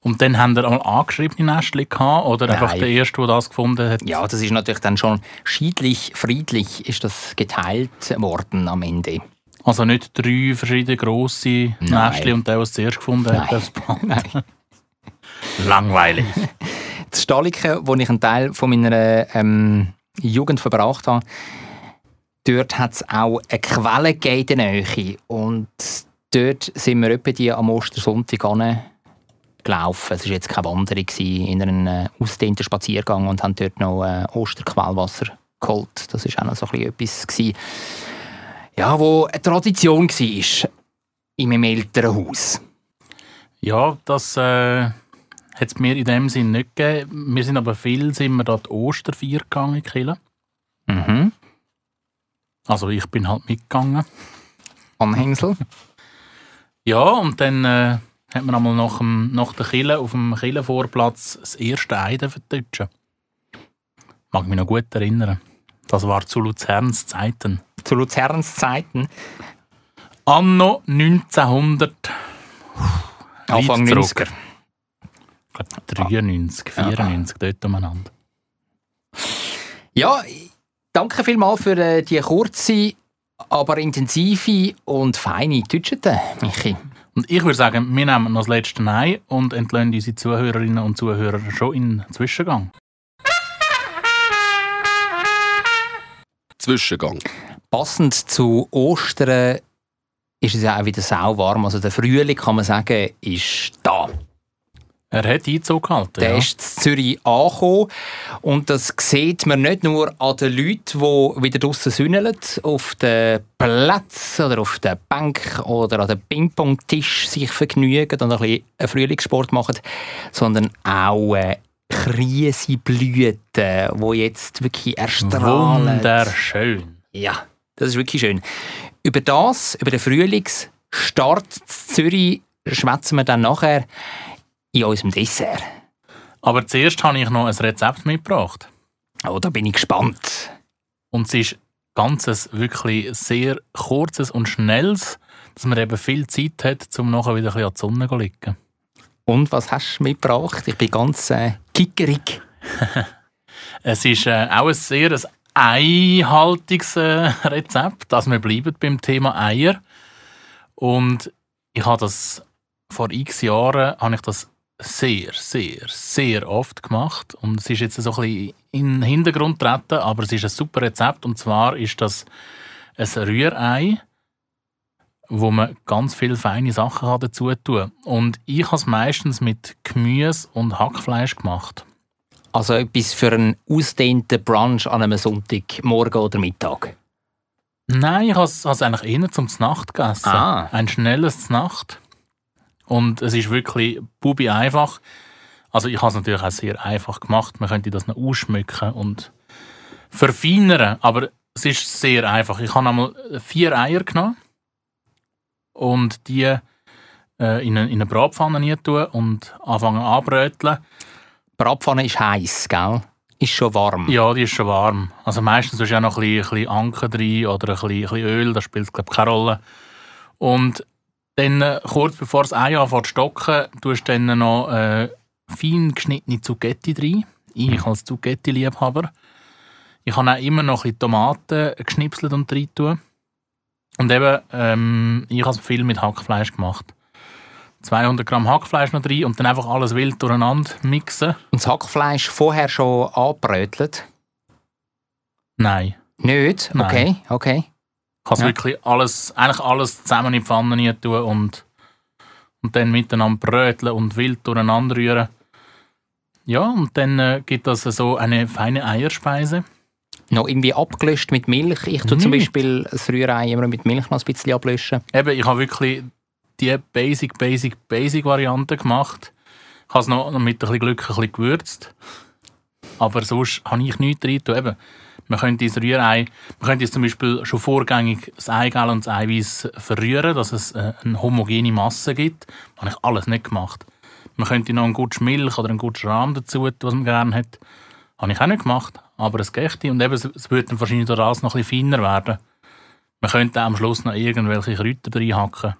S1: Und dann haben wir einmal angeschriebene Nestchen gehabt oder einfach
S2: Nein.
S1: der Erste, der das gefunden hat?
S2: Ja, das ist natürlich dann schon schiedlich, friedlich ist das geteilt worden am Ende.
S1: Also nicht drei verschiedene grosse Nestchen und der, der es zuerst gefunden hat,
S2: Nein.
S1: das Langweilig.
S2: In Staliken, wo ich einen Teil von meiner ähm, Jugend verbracht habe, dort hat es auch eine Quelle gegeben in der Nähe. Und dort sind wir etwa die am Ostersonntag hin gelaufen. Es war jetzt keine Wanderung, gewesen, in einem äh, ausgedehnten Spaziergang und haben dort noch äh, Osterquellwasser geholt. Das war auch noch so ein bisschen etwas, gewesen, ja, wo eine Tradition war in meinem Elternhaus.
S1: Ja, das äh, hat hat es mir in dem Sinn nicht gegeben. Wir sind aber viel, sind wir da die Osterfeier gegangen in Kille.
S2: Mhm.
S1: Also ich bin halt mitgegangen.
S2: Anhängsel.
S1: Ja, und dann äh, hat man einmal nach, dem, nach der Kille auf dem Killenvorplatz das erste Eiden verdeutschen. Mag mich noch gut erinnern. Das war zu Luzerns Zeiten.
S2: Zu Luzerns Zeiten.
S1: Anno 1900. Weit
S2: Anfang Ah.
S1: zurück.
S2: 90er.
S1: Ich glaub, 93, 94, dort umeinander.
S2: Ja, danke vielmals für äh, die kurze, aber intensive und feine Deutschete, Michi.
S1: Und ich würde sagen, wir nehmen noch das letzte ein und entlösen unsere Zuhörerinnen und Zuhörer schon in den Zwischengang.
S7: Zwischengang.
S2: Passend zu Ostern ist es ja auch wieder sauwarm. Also der Frühling, kann man sagen, ist da.
S1: Er hat Einzug gehalten.
S2: Der
S1: ja.
S2: ist in Zürich angekommen. Und das sieht man nicht nur an den Leuten, die wieder draussen sünneln, auf den Plätzen oder auf den Bänken oder an den Ping-Pong-Tisch sich vergnügen und ein bisschen einen Frühlingssport machen, sondern auch äh, Krisenblüten, die jetzt wirklich erstrahlen.
S1: Wunderschön.
S2: Ja, das ist wirklich schön. Über das, über den Frühlingsstart in Zürich, schwätzen wir dann nachher in unserem Dessert.
S1: Aber zuerst habe ich noch ein Rezept mitgebracht.
S2: Oh, da bin ich gespannt.
S1: Und es ist ganzes wirklich sehr kurzes und schnelles, dass man eben viel Zeit hat, um nachher wieder ein bisschen an die Sonne zu liegen.
S2: Und was hast du mitgebracht? Ich bin ganz äh, kickerig.
S1: Es ist äh, auch ein sehr ein eihaltiges äh, Rezept. Also wir bleiben beim Thema Eier. Und ich habe das vor x Jahren habe ich das sehr, sehr, sehr oft gemacht. Und es ist jetzt so ein bisschen in den Hintergrund getreten, aber es ist ein super Rezept. Und zwar ist das ein Rührei, wo man ganz viele feine Sachen kann dazu tun kann. Und ich habe es meistens mit Gemüse und Hackfleisch gemacht.
S2: Also etwas für einen ausdehnten Brunch an einem Sonntagmorgen oder Mittag.
S1: Nein, ich habe es eigentlich eher zum Znacht gegessen.
S2: Ah.
S1: Ein schnelles Znacht. Und es ist wirklich bubi einfach. Also ich habe es natürlich auch sehr einfach gemacht. Man könnte das noch ausschmücken und verfeinern. Aber es ist sehr einfach. Ich habe einmal vier Eier genommen und die äh, in eine, in eine Bratpfanne reintun und anfangen anbröteln.
S2: Die Bratpfanne ist heiß, gell? Ist schon warm.
S1: Ja, die ist schon warm. Also meistens ist ja noch ein bisschen, ein bisschen Anker drin oder ein bisschen, ein bisschen Öl, das spielt glaube ich keine Rolle. Und dann äh, kurz bevor das Ei anfängt zu stocken, tust du dann noch äh, fein geschnittene Zucchetti rein. Ich als Zucchetti-Liebhaber. Ich habe auch immer noch ein bisschen Tomaten geschnipselt und rein tun. Und eben, ähm, ich habe es viel mit Hackfleisch gemacht. 200 Gramm Hackfleisch noch rein und dann einfach alles wild durcheinander mixen.
S2: Und das Hackfleisch vorher schon anbrötelt?
S1: Nein.
S2: Nicht?
S1: Nein.
S2: Okay, okay.
S1: kann
S2: Ja.
S1: wirklich alles, eigentlich alles zusammen in die Pfanne rein tun und, und dann miteinander bröteln und wild durcheinander rühren. Ja, und dann äh, gibt das so eine feine Eierspeise.
S2: Noch irgendwie abgelöscht mit Milch. Ich tue zum
S1: Nicht.
S2: Beispiel das Rührei immer mit Milch noch ein bisschen ablöschen.
S1: Eben, ich habe wirklich die Basic, Basic, Basic Variante gemacht. Ich habe es noch mit ein bisschen Glück ein bisschen gewürzt. Aber sonst habe ich nichts drin. getan. Eben, man könnte das Rührei, man könnte jetzt zum Beispiel schon vorgängig das Eigelb und das Eiweiß verrühren, dass es äh, eine homogene Masse gibt. Das habe ich alles nicht gemacht. Man könnte noch einen Gutsch Milch oder einen Gutsch Rahm dazu tun, was man gerne hat. Habe ich auch nicht gemacht. Aber es geht. Und eben, es- es würde dann wahrscheinlich durch das noch ein bisschen feiner werden. Man könnte auch am Schluss noch irgendwelche Kräuter reinhacken.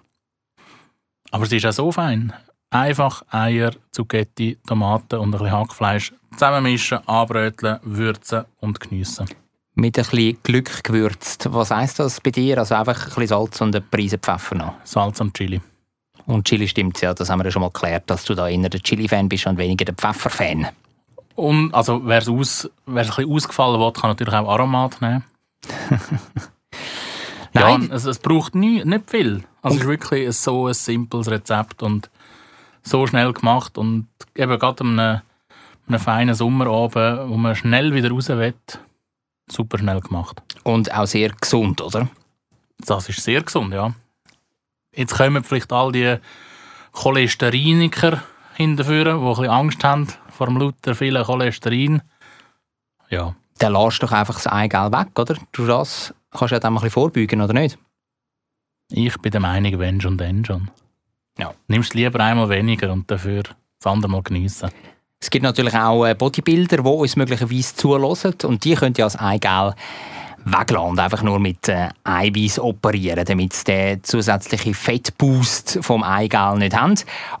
S1: Aber es ist auch so fein. Einfach Eier, Zucchetti, Tomaten und ein bisschen Hackfleisch zusammenmischen, anbröteln, würzen und geniessen.
S2: Mit ein bisschen Glück gewürzt. Was heisst das bei dir? Also einfach ein bisschen Salz und eine Prise Pfeffer noch.
S1: Salz und Chili.
S2: Und Chili stimmt ja, das haben wir ja schon mal geklärt, dass du da eher der Chili-Fan bist und weniger der Pfeffer-Fan.
S1: Und also, wer es aus, wer's ein bisschen ausgefallen will, kann natürlich auch Aromat nehmen.
S2: Nein.
S1: Ja, es, es braucht nie, nicht viel. Also, es ist wirklich ein, so ein simples Rezept und so schnell gemacht. Und eben gerade an einem, einem feinen Sommerabend, wo man schnell wieder raus will, super schnell gemacht.
S2: Und auch sehr gesund, oder?
S1: Das ist sehr gesund, ja. Jetzt kommen vielleicht all die Cholesteriniker hinterführen, die ein bisschen Angst haben vor dem lauter vielen Cholesterin. Ja,
S2: Dann lässt doch einfach das Eigelb weg, oder? Durch das kannst du ja dann mal ein bisschen vorbeugen, oder nicht?
S1: ich bin der Meinung, wenn schon, dann schon.
S2: Ja.
S1: Nimmst lieber einmal weniger und dafür das andere Mal geniessen.
S2: Es gibt natürlich auch äh, Bodybuilder, die uns möglicherweise zulassen und die können ja das Eigel weglassen und einfach nur mit äh, Eiweiß operieren, damit sie den zusätzlichen Fettboost vom Eigel nicht haben.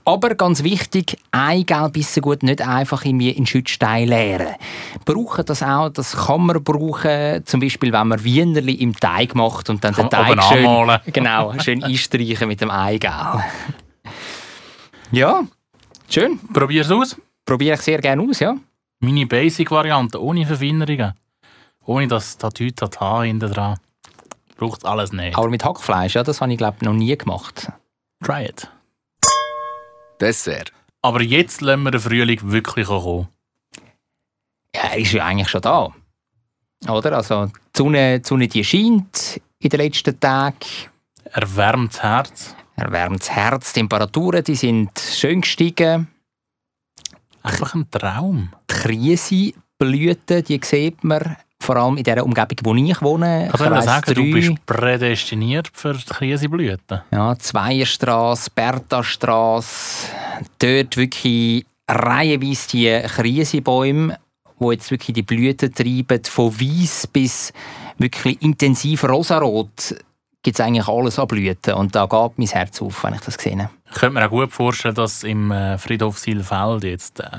S2: Aber ganz wichtig, Eigel bissen gut nicht einfach irgendwie in Schüttstein leeren. Brauchen das auch, das kann man brauchen, zum Beispiel wenn man Wienerli im Teig macht und dann den
S1: Kann man
S2: Teig
S1: oben
S2: schön,
S1: anmalen.
S2: genau, schön einstreichen mit dem Eigel. Ja, schön.
S1: Probier's aus.
S2: Probiere ich sehr gerne aus, ja.
S1: Meine Basic-Variante, ohne Verfeinerungen. Ohne das Tatütata hinten dran. Braucht alles nicht.
S2: Aber mit Hackfleisch, ja, das habe ich glaube noch nie gemacht.
S1: Try it.
S7: Dessert.
S1: Aber jetzt lassen wir den Frühling wirklich kommen.
S2: Ja, er ist ja eigentlich schon da. Oder? Also die Sonne, die, Sonne, die scheint in den letzten Tagen.
S1: Erwärmt das Herz.
S2: Erwärmt das Herz, die Temperaturen die sind schön gestiegen.
S1: Einfach ein Traum.
S2: Die Krisenblüten, die sieht man vor allem in der Umgebung, wo ich wohne.
S1: Kannst du mir
S2: Kreis
S1: Also, sagen, du
S2: drei.
S1: bist prädestiniert für die Krisenblüten?
S2: Ja, Zweierstrasse, Berthastrasse, dort wirklich reihenweise die Krisenbäume, wo jetzt wirklich die Blüten treiben, von weiß bis wirklich intensiv rosarot gibt es eigentlich alles an Blüten. Und da geht mein Herz auf, wenn ich das sehe.
S1: Ich könnte mir auch gut vorstellen, dass im äh, Friedhof Silfeld jetzt äh,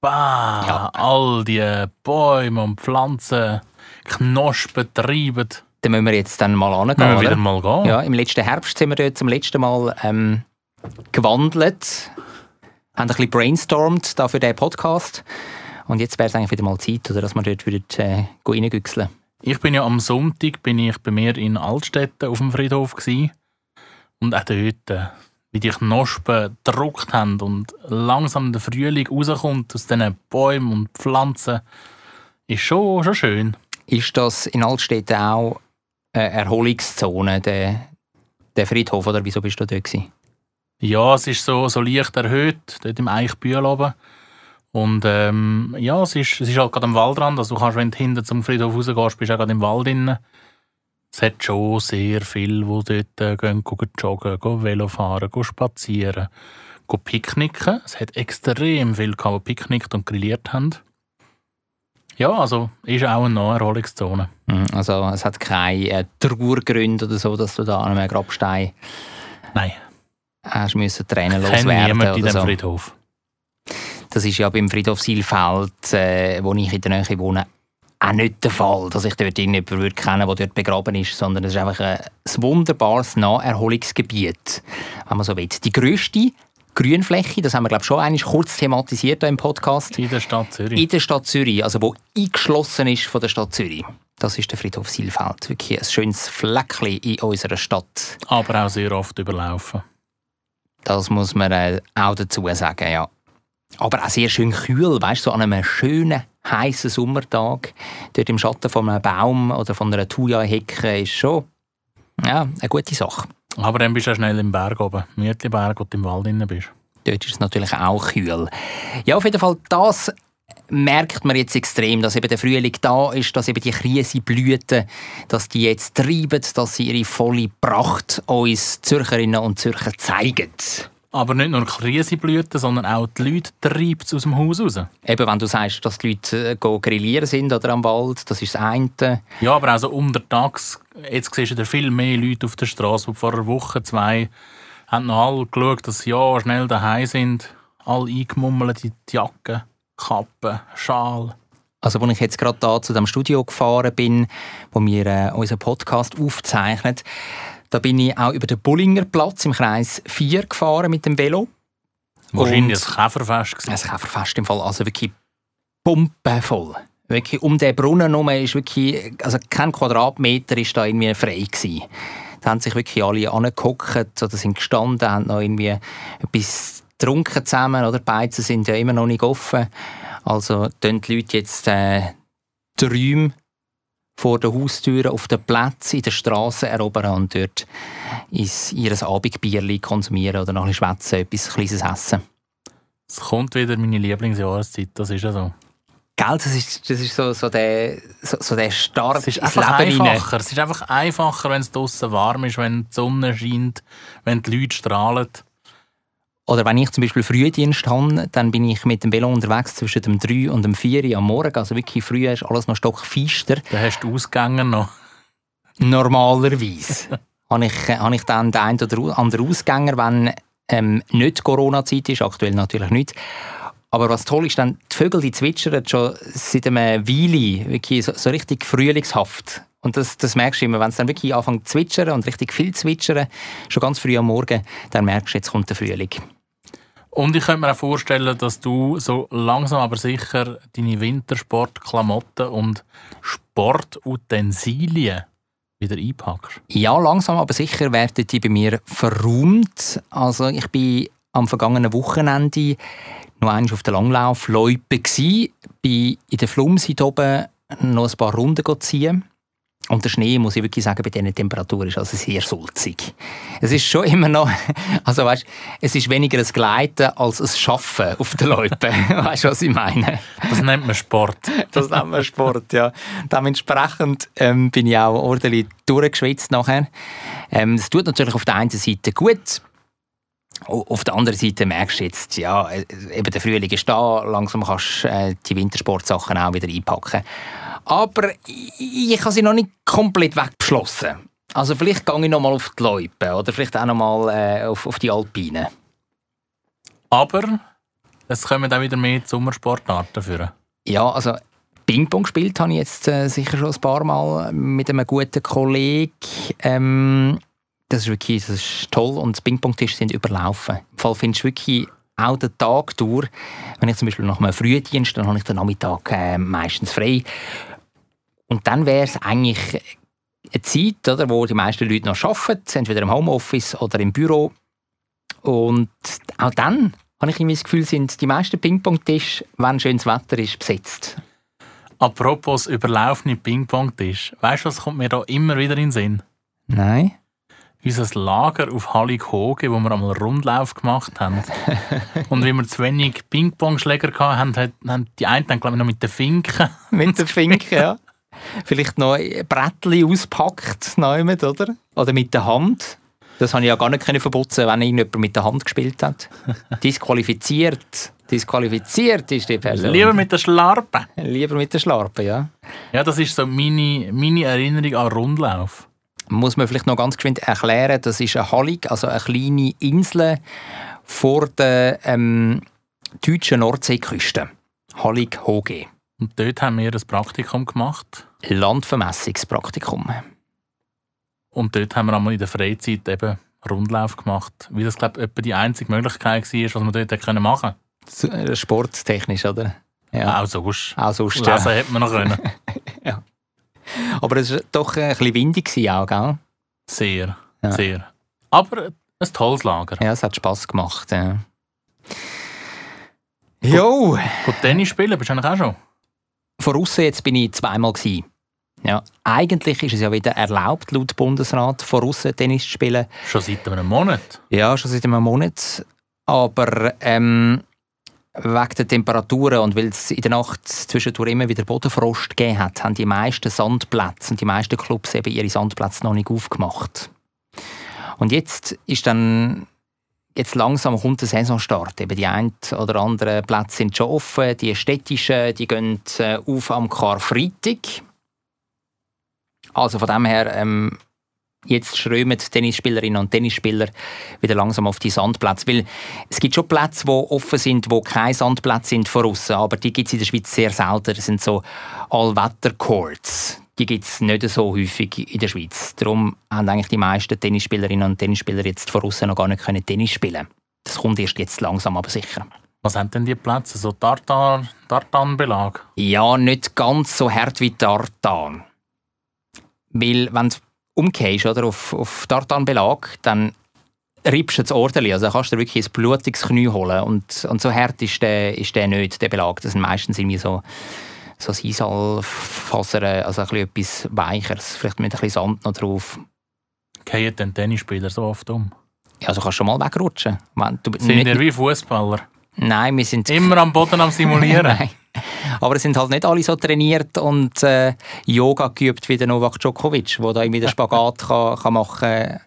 S1: bah,
S2: Ja.
S1: all die Bäume und Pflanzen Knospen treiben.
S2: Da müssen wir jetzt dann mal
S1: Müssen
S2: angehen.
S1: wir wieder
S2: Oder?
S1: mal gehen.
S2: Ja, Im letzten Herbst sind wir dort zum letzten Mal ähm, gewandelt, haben ein bisschen brainstormt da für diesen Podcast. Und jetzt wäre es eigentlich wieder mal Zeit, oder, dass wir dort wieder äh, reingüchseln.
S1: Ich bin ja am Sonntag bin ich bei mir in Altstädten auf dem Friedhof gsi und auch dort, äh, wie die Knospen gedruckt haben und langsam der Frühling rauskommt aus diesen Bäumen und Pflanzen, ist schon, schon schön.
S2: Ist das in Altstädten auch eine Erholungszone, der, der Friedhof? Oder wieso bist du dort? Gewesen?
S1: Ja, es ist so, so leicht erhöht, dort im Eichbühl oben. Und ähm, ja, es ist, es ist halt gerade am Waldrand. Also du kannst, wenn du hinten zum Friedhof rausgehst, bist du auch gerade im Wald drin. Es hat schon sehr viel, wo dort äh, gehen, gehen joggen, gehen Velo fahren, gehen spazieren, gehen picknicken. Es hat extrem viel gehabt, die picknickt und grilliert haben. Ja, also ist auch eine Naherholungszone.
S2: Mhm, Also es hat keine äh, Trauergründe oder so, dass du da an einem Grabstein
S1: Nein,
S2: hast müssen Tränen
S1: kennt
S2: loswerden
S1: niemand in
S2: oder
S1: diesem
S2: so.
S1: Friedhof.
S2: Das ist ja beim Friedhof Silfeld, äh, wo ich in der Nähe wohne, auch nicht der Fall, dass ich dort irgendjemanden würde kennen würde, der dort begraben ist, sondern es ist einfach ein ein wunderbares Naherholungsgebiet, wenn man so will. Die grösste Grünfläche, das haben wir glaube ich schon einmal kurz thematisiert hier im Podcast,
S1: In der Stadt Zürich.
S2: in der Stadt Zürich, also wo eingeschlossen ist von der Stadt Zürich. Das ist der Friedhof Silfeld. Wirklich ein schönes Fleckchen in unserer Stadt.
S1: Aber auch sehr oft überlaufen.
S2: Das muss man äh, auch dazu sagen, ja. Aber auch sehr schön kühl, weißt du, so an einem schönen, heißen Sommertag, dort im Schatten von einem Baum oder von einer Thuja-Hecke, ist schon ja, eine gute Sache.
S1: Aber dann bist du auch schnell im Berg oben, Mütliberg, wo du im Wald drin bist.
S2: Dort ist es natürlich auch kühl. Ja, auf jeden Fall, das merkt man jetzt extrem, dass eben der Frühling da ist, dass eben die Krisenblüten, dass die jetzt treiben, dass sie ihre volle Pracht uns Zürcherinnen und Zürcher zeigen.
S1: Aber nicht nur Krisenblüten, sondern auch die Leute treibt es aus dem Haus raus.
S2: Eben, wenn du sagst, dass die Leute äh, gehen grillieren sind oder am Wald, das ist das eine.
S1: Ja, aber auch so untertags, jetzt siehst du wieder viel mehr Leute auf der Straße, die vor einer Woche, zwei, haben noch alle geschaut, dass sie ja schnell daheim sind. Alle eingemummelt in die Jacken, Kappen, Schal.
S2: Also, als ich jetzt gerade da zu dem Studio gefahren bin, wo wir äh, unseren Podcast aufzeichnen, da bin ich auch über den Bullinger Platz im Kreis 4 gefahren mit dem Velo.
S1: Wahrscheinlich
S2: Und-
S1: ein Käferfest. gewesen.
S2: Es Käferfest im Fall, also wirklich pumpenvoll. Wirklich um den Brunnen herum ist wirklich, also kein Quadratmeter ist da irgendwie frei gewesen. Da haben sich wirklich alle angehockt oder sind gestanden, haben noch irgendwie etwas getrunken zusammen, oder? Die Beizen sind ja immer noch nicht offen. Also tun die Leute jetzt äh, die Räume vor den Haustüren, auf den Plätzen, in den Straßen erobern und dort ihr Abendbierli konsumieren oder noch ein bisschen schwätzen, etwas Kleines essen.
S1: Es kommt wieder meine Lieblingsjahreszeit, das ist ja so.
S2: Gell, das ist, das ist so, so, der, so, so der Start
S1: Es ist
S2: ins
S1: einfach
S2: Leben rein.
S1: einfacher. Es ist einfach einfacher, wenn es draußen warm ist, wenn die Sonne scheint, wenn die Leute strahlen.
S2: Oder wenn ich zum Beispiel Frühdienst habe, dann bin ich mit dem Velo unterwegs zwischen dem 3 und dem 4 Uhr am Morgen. Also wirklich früh ist alles noch stockfeister.
S1: Dann hast du Ausgänge noch.
S2: Normalerweise habe ich, äh, habe ich dann den einen oder anderen Ausgänger, wenn ähm, nicht Corona-Zeit ist, aktuell natürlich nicht. Aber was toll ist, dann die Vögel die zwitschern schon seit einer Weile, wirklich so, so richtig frühlingshaft. Und das, das merkst du immer, wenn es dann wirklich anfängt zu zwitschern und richtig viel zu zwitschern, schon ganz früh am Morgen, dann merkst du, jetzt kommt der Frühling.
S1: Und ich könnte mir auch vorstellen, dass du so langsam aber sicher deine Wintersportklamotten und Sportutensilien wieder einpackst.
S2: Ja, langsam aber sicher werden die bei mir verräumt. Also ich bin am vergangenen Wochenende noch einmal auf der Langlaufloipe gsi, bin in der Flumsi hier oben noch ein paar Runden go ziehen. Und der Schnee, muss ich wirklich sagen, bei diesen Temperaturen ist also sehr sulzig. Es ist schon immer noch, also weißt, es ist weniger ein Gleiten als ein Schaffen auf der Loipe. weißt du, was ich meine?
S1: Das nennt man Sport.
S2: Das nennt man Sport, ja. Dementsprechend ähm, bin ich auch ordentlich durchgeschwitzt nachher. Ähm, das tut natürlich auf der einen Seite gut. O- Auf der anderen Seite merkst du jetzt, ja, äh, eben der Frühling ist da, langsam kannst du äh, die Wintersportsachen auch wieder einpacken. Aber ich, ich habe sie noch nicht komplett wegbeschlossen. Also vielleicht gehe ich noch mal auf die Loipe oder vielleicht auch noch mal äh, auf, auf die Alpine.
S1: Aber es kommen dann wieder mehr Sommersportarten führen.
S2: Ja, also Ping-Pong gespielt habe ich jetzt äh, sicher schon ein paar Mal mit einem guten Kollegen. Ähm, das ist wirklich das ist toll und die Ping-Pong-Tische sind überlaufen. Im Fall findest du wirklich auch den Tag durch. Wenn ich zum Beispiel nach einem Frühdienst, dann habe ich den Nachmittag äh, meistens frei. Und dann wäre es eigentlich eine Zeit, oder, wo die meisten Leute noch arbeiten, entweder im Homeoffice oder im Büro. Und auch dann habe ich immer das Gefühl, sind die meisten Ping-Pong-Tische, wenn schönes Wetter ist, besetzt.
S1: Apropos überlaufene Ping-Pong-Tisch. Weißt du, was kommt mir da immer wieder in den Sinn?
S2: Nein.
S1: Unser Lager auf Hallighoge, wo wir einmal einen Rundlauf gemacht haben. Und wie wir zu wenig Ping-Pong-Schläger hatten, haben, haben die einen, glaube ich, noch mit den Finken.
S2: Mit der Finke, ja. Vielleicht noch ein Brettchen auspackt, nehmen, oder? Oder mit der Hand. Das habe ich ja gar nicht können verputzen, wenn irgendjemand mit der Hand gespielt hat. Disqualifiziert. Disqualifiziert ist die Person.
S1: Lieber mit der Schlarpe.
S2: Lieber mit der Schlarpe, ja.
S1: Ja, das ist so meine, meine Erinnerung an Rundlauf.
S2: muss man vielleicht noch ganz geschwind erklären, das ist eine Hallig, also eine kleine Insel vor der ähm, deutschen Nordseeküste. Hallig Hoge.
S1: Und dort haben wir ein Praktikum gemacht.
S2: Landvermessungspraktikum.
S1: Und dort haben wir einmal in der Freizeit eben Rundlauf gemacht. Weil das, glaube ich, etwa die einzige Möglichkeit war, was wir dort hätte können machen
S2: S- äh, Sporttechnisch, oder?
S1: Ja. Auch sonst.
S2: Auch Ah, sonst.
S1: Lesen
S2: Ja.
S1: hätte man noch können.
S2: Aber es war doch äh, ein bisschen windig, gewesen auch, gell?
S1: Sehr,
S2: Ja.
S1: sehr. Aber ein tolles Lager.
S2: Ja, es hat Spass gemacht. Ja. Jo!
S1: Gut, Tennis spielen bist du eigentlich auch schon.
S2: Voraussetzen jetzt bin ich zweimal gsi. Ja, eigentlich ist es ja wieder erlaubt, laut Bundesrat, voraussetzen Tennis zu spielen.
S1: Schon seit einem Monat.
S2: Ja, schon seit einem Monat. Aber ähm, wegen der Temperaturen und weil es in der Nacht zwischendurch immer wieder Bodenfrost gegeben hat, haben die meisten Sandplätze und die meisten Clubs eben ihre Sandplätze noch nicht aufgemacht. Und jetzt ist dann jetzt langsam kommt der Saisonstart. Eben die ein oder anderen Plätze sind schon offen. Die städtischen, die gehen äh, auf am Karfreitag. Also von dem her, ähm, jetzt strömen die Tennisspielerinnen und Tennisspieler wieder langsam auf die Sandplätze. Weil es gibt schon Plätze, die offen sind, wo keine Sandplätze sind von außen, aber die gibt es in der Schweiz sehr selten. Das sind so Allwetter-Courts. Die gibt es nicht so häufig in der Schweiz. Darum haben eigentlich die meisten Tennisspielerinnen und Tennisspieler jetzt von außen noch gar nicht können Tennis spielen Das kommt erst jetzt langsam, aber sicher.
S1: Was haben denn die Plätze? So Tartan, Tartanbelag.
S2: Ja, nicht ganz so hart wie Tartan. Weil, wenn du umgehst oder, auf, auf Tartanbelag, dann riebst du das Ordentlich. Also dann kannst du dir wirklich ein blutiges Knie holen. Und, und so hart ist der, ist der nicht, der Belag. Das sind meistens irgendwie so, so Sisalfaser, also ein bisschen etwas Weicheres. Vielleicht mit ein bisschen Sand noch drauf.
S1: Gehen denn Tennisspieler so oft um?
S2: Ja, also kannst du schon mal wegrutschen. Wenn du
S1: Sind
S2: nicht-
S1: ihr wie Fußballer?
S2: Nein, wir sind
S1: Immer am Boden am Simulieren.
S2: Nein. Aber es sind halt nicht alle so trainiert und äh, Yoga geübt wie der Novak Djokovic, der da irgendwie den Spagat kann, kann machen äh,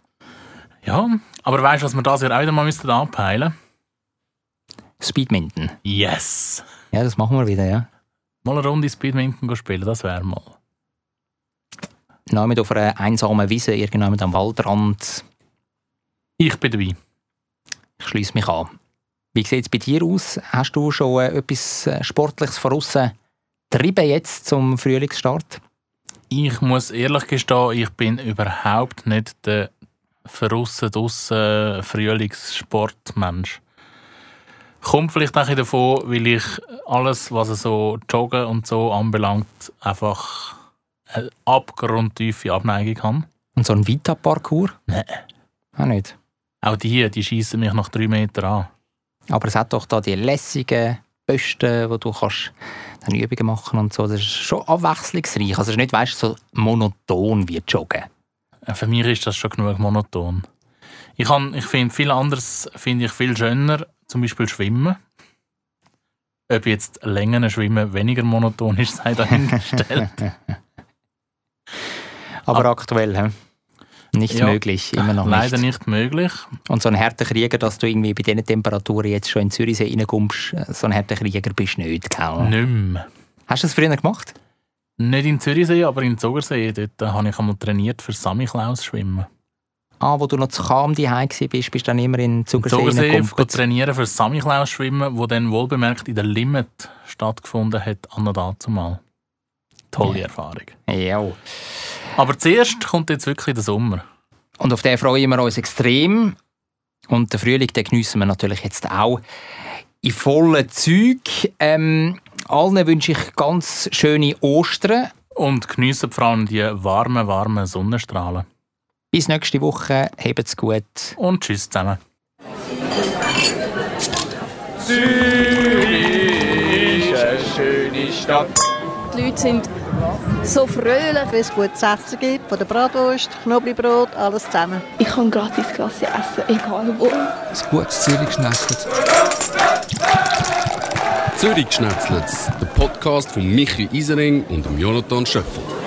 S2: kann.
S1: Ja, aber weißt du, was wir das Jahr auch wieder mal müssten anpeilen?
S2: Speedminton.
S1: Yes!
S2: Ja, das machen wir wieder, ja.
S1: Mal eine Runde Speedminton gehen spielen, das wäre mal.
S2: Nehmen auf einer einsamen Wiese, irgendjemand am Waldrand.
S1: Ich bin dabei.
S2: Ich schließe mich an. Wie sieht es bei dir aus? Hast du schon äh, etwas äh, Sportliches von aussen getrieben jetzt zum Frühlingsstart?
S1: Ich muss ehrlich gestehen, ich bin überhaupt nicht der verrussen draussen Frühlingssportmensch. Kommt vielleicht auch ein bisschen davon, weil ich alles, was so Joggen und so anbelangt, einfach eine abgrundtiefe Abneigung habe.
S2: Und so ein Vita-Parkour?
S1: Nein.
S2: Auch nicht.
S1: Auch die, die schießen mich nach drei Metern an.
S2: Aber es hat doch da die lässigen Bösten, wo du kannst dann Übungen machen und so. Das ist schon abwechslungsreich. Also es ist nicht, weißt du, so monoton wie Joggen.
S1: Äh, Für mich ist das schon genug monoton. Ich, han- ich finde viel anderes finde ich viel schöner, zum Beispiel Schwimmen. Ob jetzt Längen schwimmen weniger monoton ist, sei dahingestellt.
S2: Aber aktuell, hä? Nicht
S1: Ah. Ja.
S2: möglich, immer noch
S1: Leider nicht
S2: nicht.
S1: möglich.
S2: Und so ein harter Krieger, dass du irgendwie bei diesen Temperaturen jetzt schon in den Zürichsee reinkommst, äh, so ein harter Krieger bist du nicht, gell?
S1: Nimm.
S2: Hast du das früher gemacht?
S1: Nicht in Zürichsee, aber in Zogersee. Dort äh, habe ich einmal trainiert für Sammy Klaus schwimmen.
S2: Ah, wo du noch zu Cham daheim warst, bist du dann immer in den
S1: In
S2: Zugersee
S1: Zogersee go
S2: reingekommen.
S1: trainieren für Sammy Klaus schwimmen, wo dann wohlbemerkt in der Limit stattgefunden hat, an der dazumal. Tolle Erfahrung.
S2: Ja.
S1: Aber zuerst kommt jetzt wirklich der Sommer.
S2: Und auf den freuen wir uns extrem. Und den Frühling den geniessen wir natürlich jetzt auch in vollen Zügen. Ähm, allen wünsche ich ganz schöne Ostern.
S1: Und geniessen vor allem die warmen, warmen Sonnenstrahlen.
S2: Bis nächste Woche. Habt's gut.
S1: Und tschüss zusammen.
S3: Die Leute sind
S4: So fröhlich, wie es gut zu essen gibt, von der Bratwurst, Knoblauchbrot, alles zusammen.
S5: Ich kann gratis Klasse essen, egal wo.
S6: Ein gutes Zürich geschnetzelt.
S7: Zürich Schnetzlitz, der Podcast von Michi Isering und dem Jonathan Schöffel.